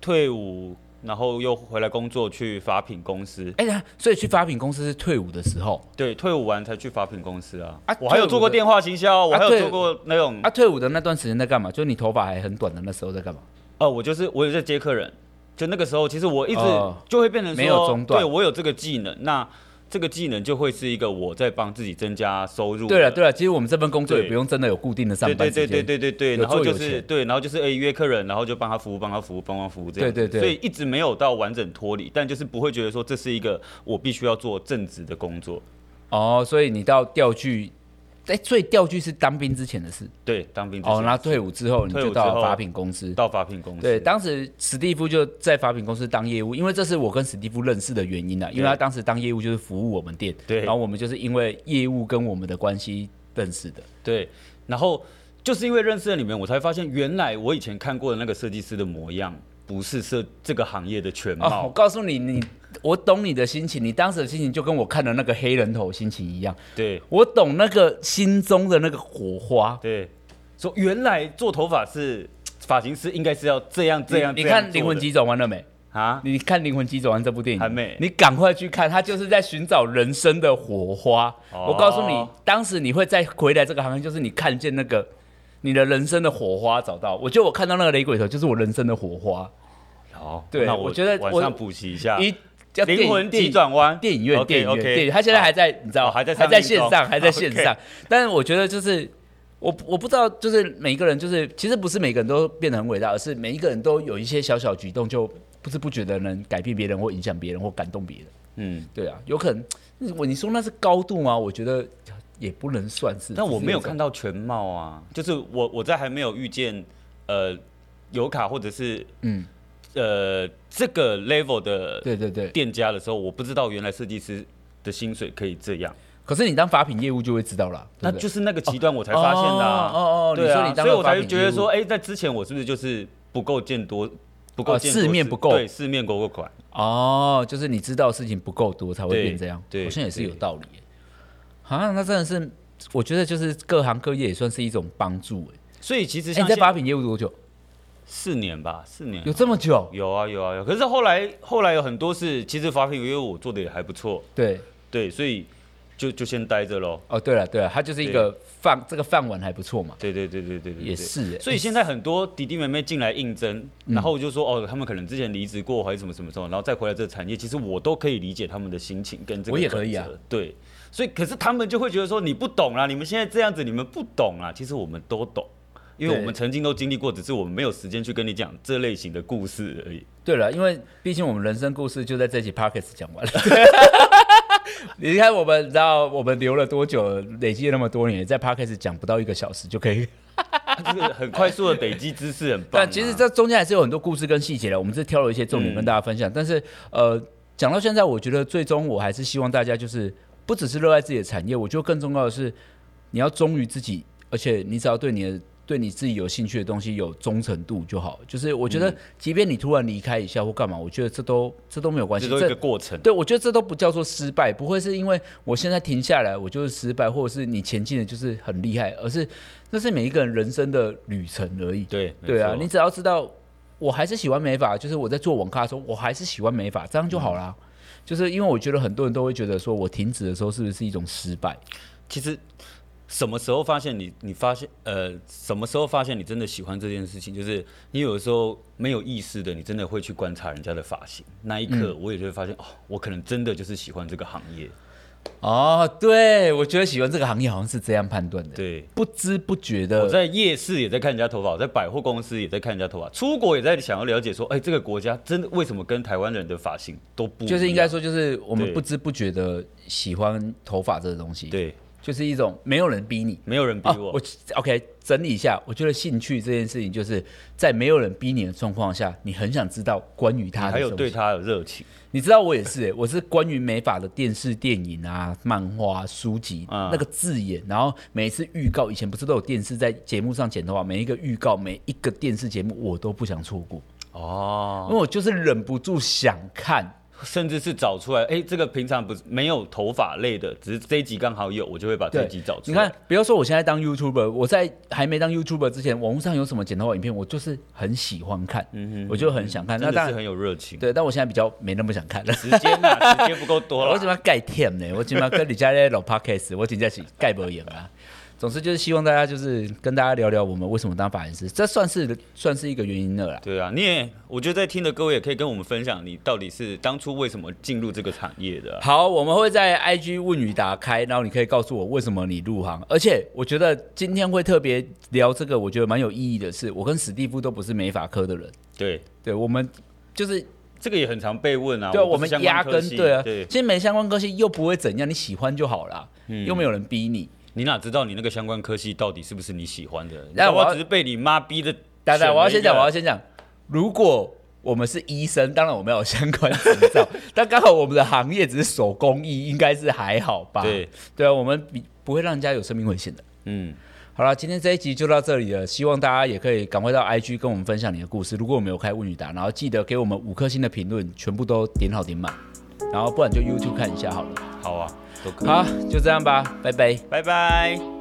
B: 退伍，然后又回来工作去法品公司。
A: 哎呀，所以去发品公司是退伍的时候
B: 对，退伍完才去法品公司啊。
A: 啊
B: 我还有做过电话行销，我还
A: 啊
B: 有
A: 对
B: 做过那种
A: 啊。退伍的那段时间在干嘛？就是你头发还很短的那时候在干嘛？
B: 哦，我就是我有在接客人，就那个时候，其实我一直
A: 哦
B: 就会变成说
A: 没有中断
B: 对我有这个技能，那这个技能就会是一个我在帮自己增加收入的。
A: 对了啊对了，其实我们这份工作也
B: 嗯对
A: 不用真的有固定的上
B: 对
A: 班
B: 对
A: 时间，
B: 对对对对对，
A: 有
B: 然后
A: 做
B: 就
A: 有
B: 是
A: 钱
B: 对，然后就是哎约客人，然后就帮他服务，帮他服务，帮他服务这样子。
A: 对对对
B: 所以一直没有到完整脱离，但就是不会觉得说这是一个我必须要做正职的工作。
A: 哦，所以你到调剧，哎，所以调剧是当兵之前的事
B: 对，当兵之
A: 哦，
B: 前
A: 那退伍之后你
B: 退伍
A: 就
B: 之
A: 到
B: 后
A: 法品公司。
B: 到发聘公司，
A: 对，当时史蒂夫就在法品公司当业务，因为这是我跟史蒂夫认识的原因啊，因为他当时当业务就是服务我们店，
B: 对
A: 然后我们就是因为业务跟我们的关系认识的。
B: 对，然后就是因为认识了你们，我才发现原来我以前看过的那个设计师的模样，不是设这个行业的全
A: 哦，我
B: 貌。
A: 告诉你，你我懂你的心情，你当时的心情就跟我看的那个黑人头心情一样，
B: 对
A: 我懂那个心中的那个火花。
B: 对，说原来做头发是发型师应该是要这样这样
A: 你
B: 这
A: 你
B: 样
A: 看《灵魂
B: 做的
A: 急转弯》了没？
B: 啊，
A: 你看《灵魂急转弯》这部电影
B: 还没
A: 你赶快去看，他就是在寻找人生的火花。
B: 哦
A: 我告诉你，当时你会再回来这个行业，就是你看见那个你的人生的火花找到。我觉得我看到那个雷鬼头，就是我人生的火花。
B: 好，
A: 对
B: 那
A: 我觉得
B: 晚
A: 我
B: 上补习一下。
A: 一叫电影
B: 啊灵魂急转弯，
A: 电影院，电影
B: OK，
A: 院，电影院
B: OK，
A: 他现在还在，你知道，
B: 哦还在上
A: 还在
B: 映
A: 线
B: 中
A: 上，还在线
B: OK
A: 上。但是我觉得就是。我不我不知道，就是每一个人，就是其实不是每个人都变得很伟大，而是每一个人都有一些小小举动，就不知不觉的能改变别人，或影响别人，或感动别人。
B: 嗯，
A: 对啊，有可能。嗯我你说那是高度吗？我觉得也不能算是。
B: 但我没有看
A: 到。
B: 到全貌啊，就是我我在还没有遇见呃油卡或者是
A: 嗯，
B: 呃这个 level 的
A: 对对对。
B: 店家的时候，我不知道原来设计师的薪水可以这样，
A: 可是你当法品业务就会知道啦。
B: 那
A: 对不对
B: 就是那个极端我才发现的、啊
A: 哦哦哦
B: 对啊，
A: 你说你当
B: 所以我
A: 了
B: 才
A: 法品
B: 觉得
A: 业务
B: 说，哎、在之前我是不是就是不够见多，不够
A: 哦
B: 见多
A: 世面
B: 识
A: 不够
B: 对，世面不够宽。
A: 哦，就是你知道事情不够多才会
B: 对
A: 变这样，
B: 对
A: 好像也是
B: 对
A: 有道理耶。啊，那真的是，我觉得就是各行各业也算是一种帮助哎。
B: 所以其实
A: 哎，
B: 像
A: 你在
B: 现
A: 法品业务多久？
B: 四年吧，四年
A: 有这么久？
B: 有啊有啊有，可是后来后来有很多事，其实法品因为我做的也还不错，
A: 对，
B: 对，所以就就先待着喽。
A: 哦，对了对了，它就是一个饭，这个饭碗还不错嘛。
B: 对对对对对对，
A: 也
B: 对
A: 是嗯欸
B: 所以现在很多弟弟妹妹进来应征，然后我就说哦，他们可能之前离职过还是什么什么什么，然后再回来这个产业，其实我都可以理解他们的心情跟这个
A: 我也可以啊
B: 转折。对，所以可是他们就会觉得说你不懂啊啦，你们现在这样子你们不懂啊啦，其实我们都懂。因为
A: 对
B: 我们曾经都经历过，只是我们没有时间去跟你讲这类型的故事而已。
A: 对了，因为毕竟我们人生故事就在这集 p o c k e t 讲完了。 你看我们，你知道我们留了多久，累积了那么多年，在 p o c k e t 讲不到一个小时就可以。
B: 就是很快速的累积知识，很棒、啊。
A: 但其实这中间还是有很多故事跟细节的，我们是挑了一些重点跟大家
B: 嗯
A: 分享。但是呃，讲到现在，我觉得最终我还是希望大家就是不只是热爱自己的产业，我觉得更重要的是你要忠于自己，而且你只要对你的。对你自己有兴趣的东西有忠诚度就好，就是我觉得，
B: 嗯
A: 即便你突然离开一下或干嘛，我觉得这都这都没有关系，
B: 这都一个过程。
A: 对，我觉得这都不叫做失败，不会是因为我现在停下来我就是失败，或者是你前进的就是很厉害，而是那是每一个人人生的旅程而已。
B: 对
A: 对啊，
B: 没错
A: 你只要知道，我还是喜欢美发，就是我在做网咖的时候，我还是喜欢美发，这样就好啦。就是因为我觉得很多人都会觉得说，我停止的时候是不是一种失败？
B: 其实什么时候发现你？你发现呃，什么时候发现你真的喜欢这件事情？就是你有的时候没有意识的，你真的会去观察人家的发型。那一刻，我也就会发现、哦，我可能真的就是喜欢这个行业。
A: 哦，对，我觉得喜欢这个行业好像是这样判断的。，
B: 对。
A: 不知不觉
B: 我
A: 的，
B: 在夜市也在看人家头发，我在百货公司也在看人家头发，出国也在想要了解说，哎、这个国家真的为什么跟台湾人的发型都不一样
A: 就是应该说，就是我们
B: 对
A: 不知不觉的喜欢头发这个东西。，
B: 对，
A: 就是一种没有人逼你。
B: 没有人逼
A: 啊，
B: 哦我，
A: 我 OK 整理一下，我觉得兴趣这件事情，就是在没有人逼你的状况下，你很想知道关于他的
B: 还有
A: 东
B: 对
A: 西
B: 他有热情。
A: 你知道我也是、欸，我是关于美法的电视、电影啊、漫画、书籍、
B: 嗯
A: 那个字眼，然后每一次预告，以前不是都有电视在节目上剪头发，每一个预告、每一个电视节目我都不想错过，
B: 哦
A: 因为我就是忍不住想看。
B: 甚至是找出来，哎、这个平常不是没有头发类的，只是这一集刚好有，我就会把这一集找出
A: 你
B: 来。
A: 看，，比如说我现在当 YouTuber，我在还没当 YouTuber 之前，网络上有什么剪头发影片，我就是很喜欢看，
B: 嗯
A: 我就很想看。那
B: 真的
A: 当
B: 是
A: 然
B: 很，有热情。
A: 对，但我现在比较没那么想看了。
B: 时间 啊，时间不够多
A: 我怎么
B: 了。
A: 要盖甜呢？我怎么跟你家的老 podcast，我真正是盖不赢啊。总之就是希望大家就是跟大家聊聊我们为什么当发型师，这算是算是一个原因了啦。
B: 对啊，你也，我觉得在听的各位也可以跟我们分享，你到底是当初为什么进入这个产业的啊、
A: 好，我们会在 IG 问语打开，然后你可以告诉我为什么你入行。而且我觉得今天会特别聊这个，我觉得蛮有意义的是，我跟史蒂夫都不是美发科的人，
B: 对，
A: 对我们就是
B: 这个也很常被问啊。
A: 对啊，我
B: 不是
A: 们
B: 相关
A: 压
B: 科
A: 根
B: 系
A: 对啊，
B: 对，嗯
A: 其实没相关科系又不会怎样，你喜欢就好啦，又没有人逼你。
B: 你哪知道你那个相关科系到底是不是你喜欢的？
A: 那
B: 那
A: 我要
B: 我只是被你妈逼的。
A: 等等，我要先讲，我要
B: 先。
A: 先讲，如果我们是医生，当然我们要有相关执照，但刚好我们的行业只是手工艺，应该是还好吧？
B: 对，
A: 对啊，我们比不会让人家有生命危险的。
B: 嗯，
A: 好了，今天这一集就到这里了，希望大家也可以赶快到 IG 跟我们分享你的故事。如果我们有开问与答，然后记得给我们五颗星的评论，全部都点好点满，然后不然就 YouTube 看一下好了。
B: 好啊，都可以。
A: 好，就这样吧，拜拜。
B: 拜拜。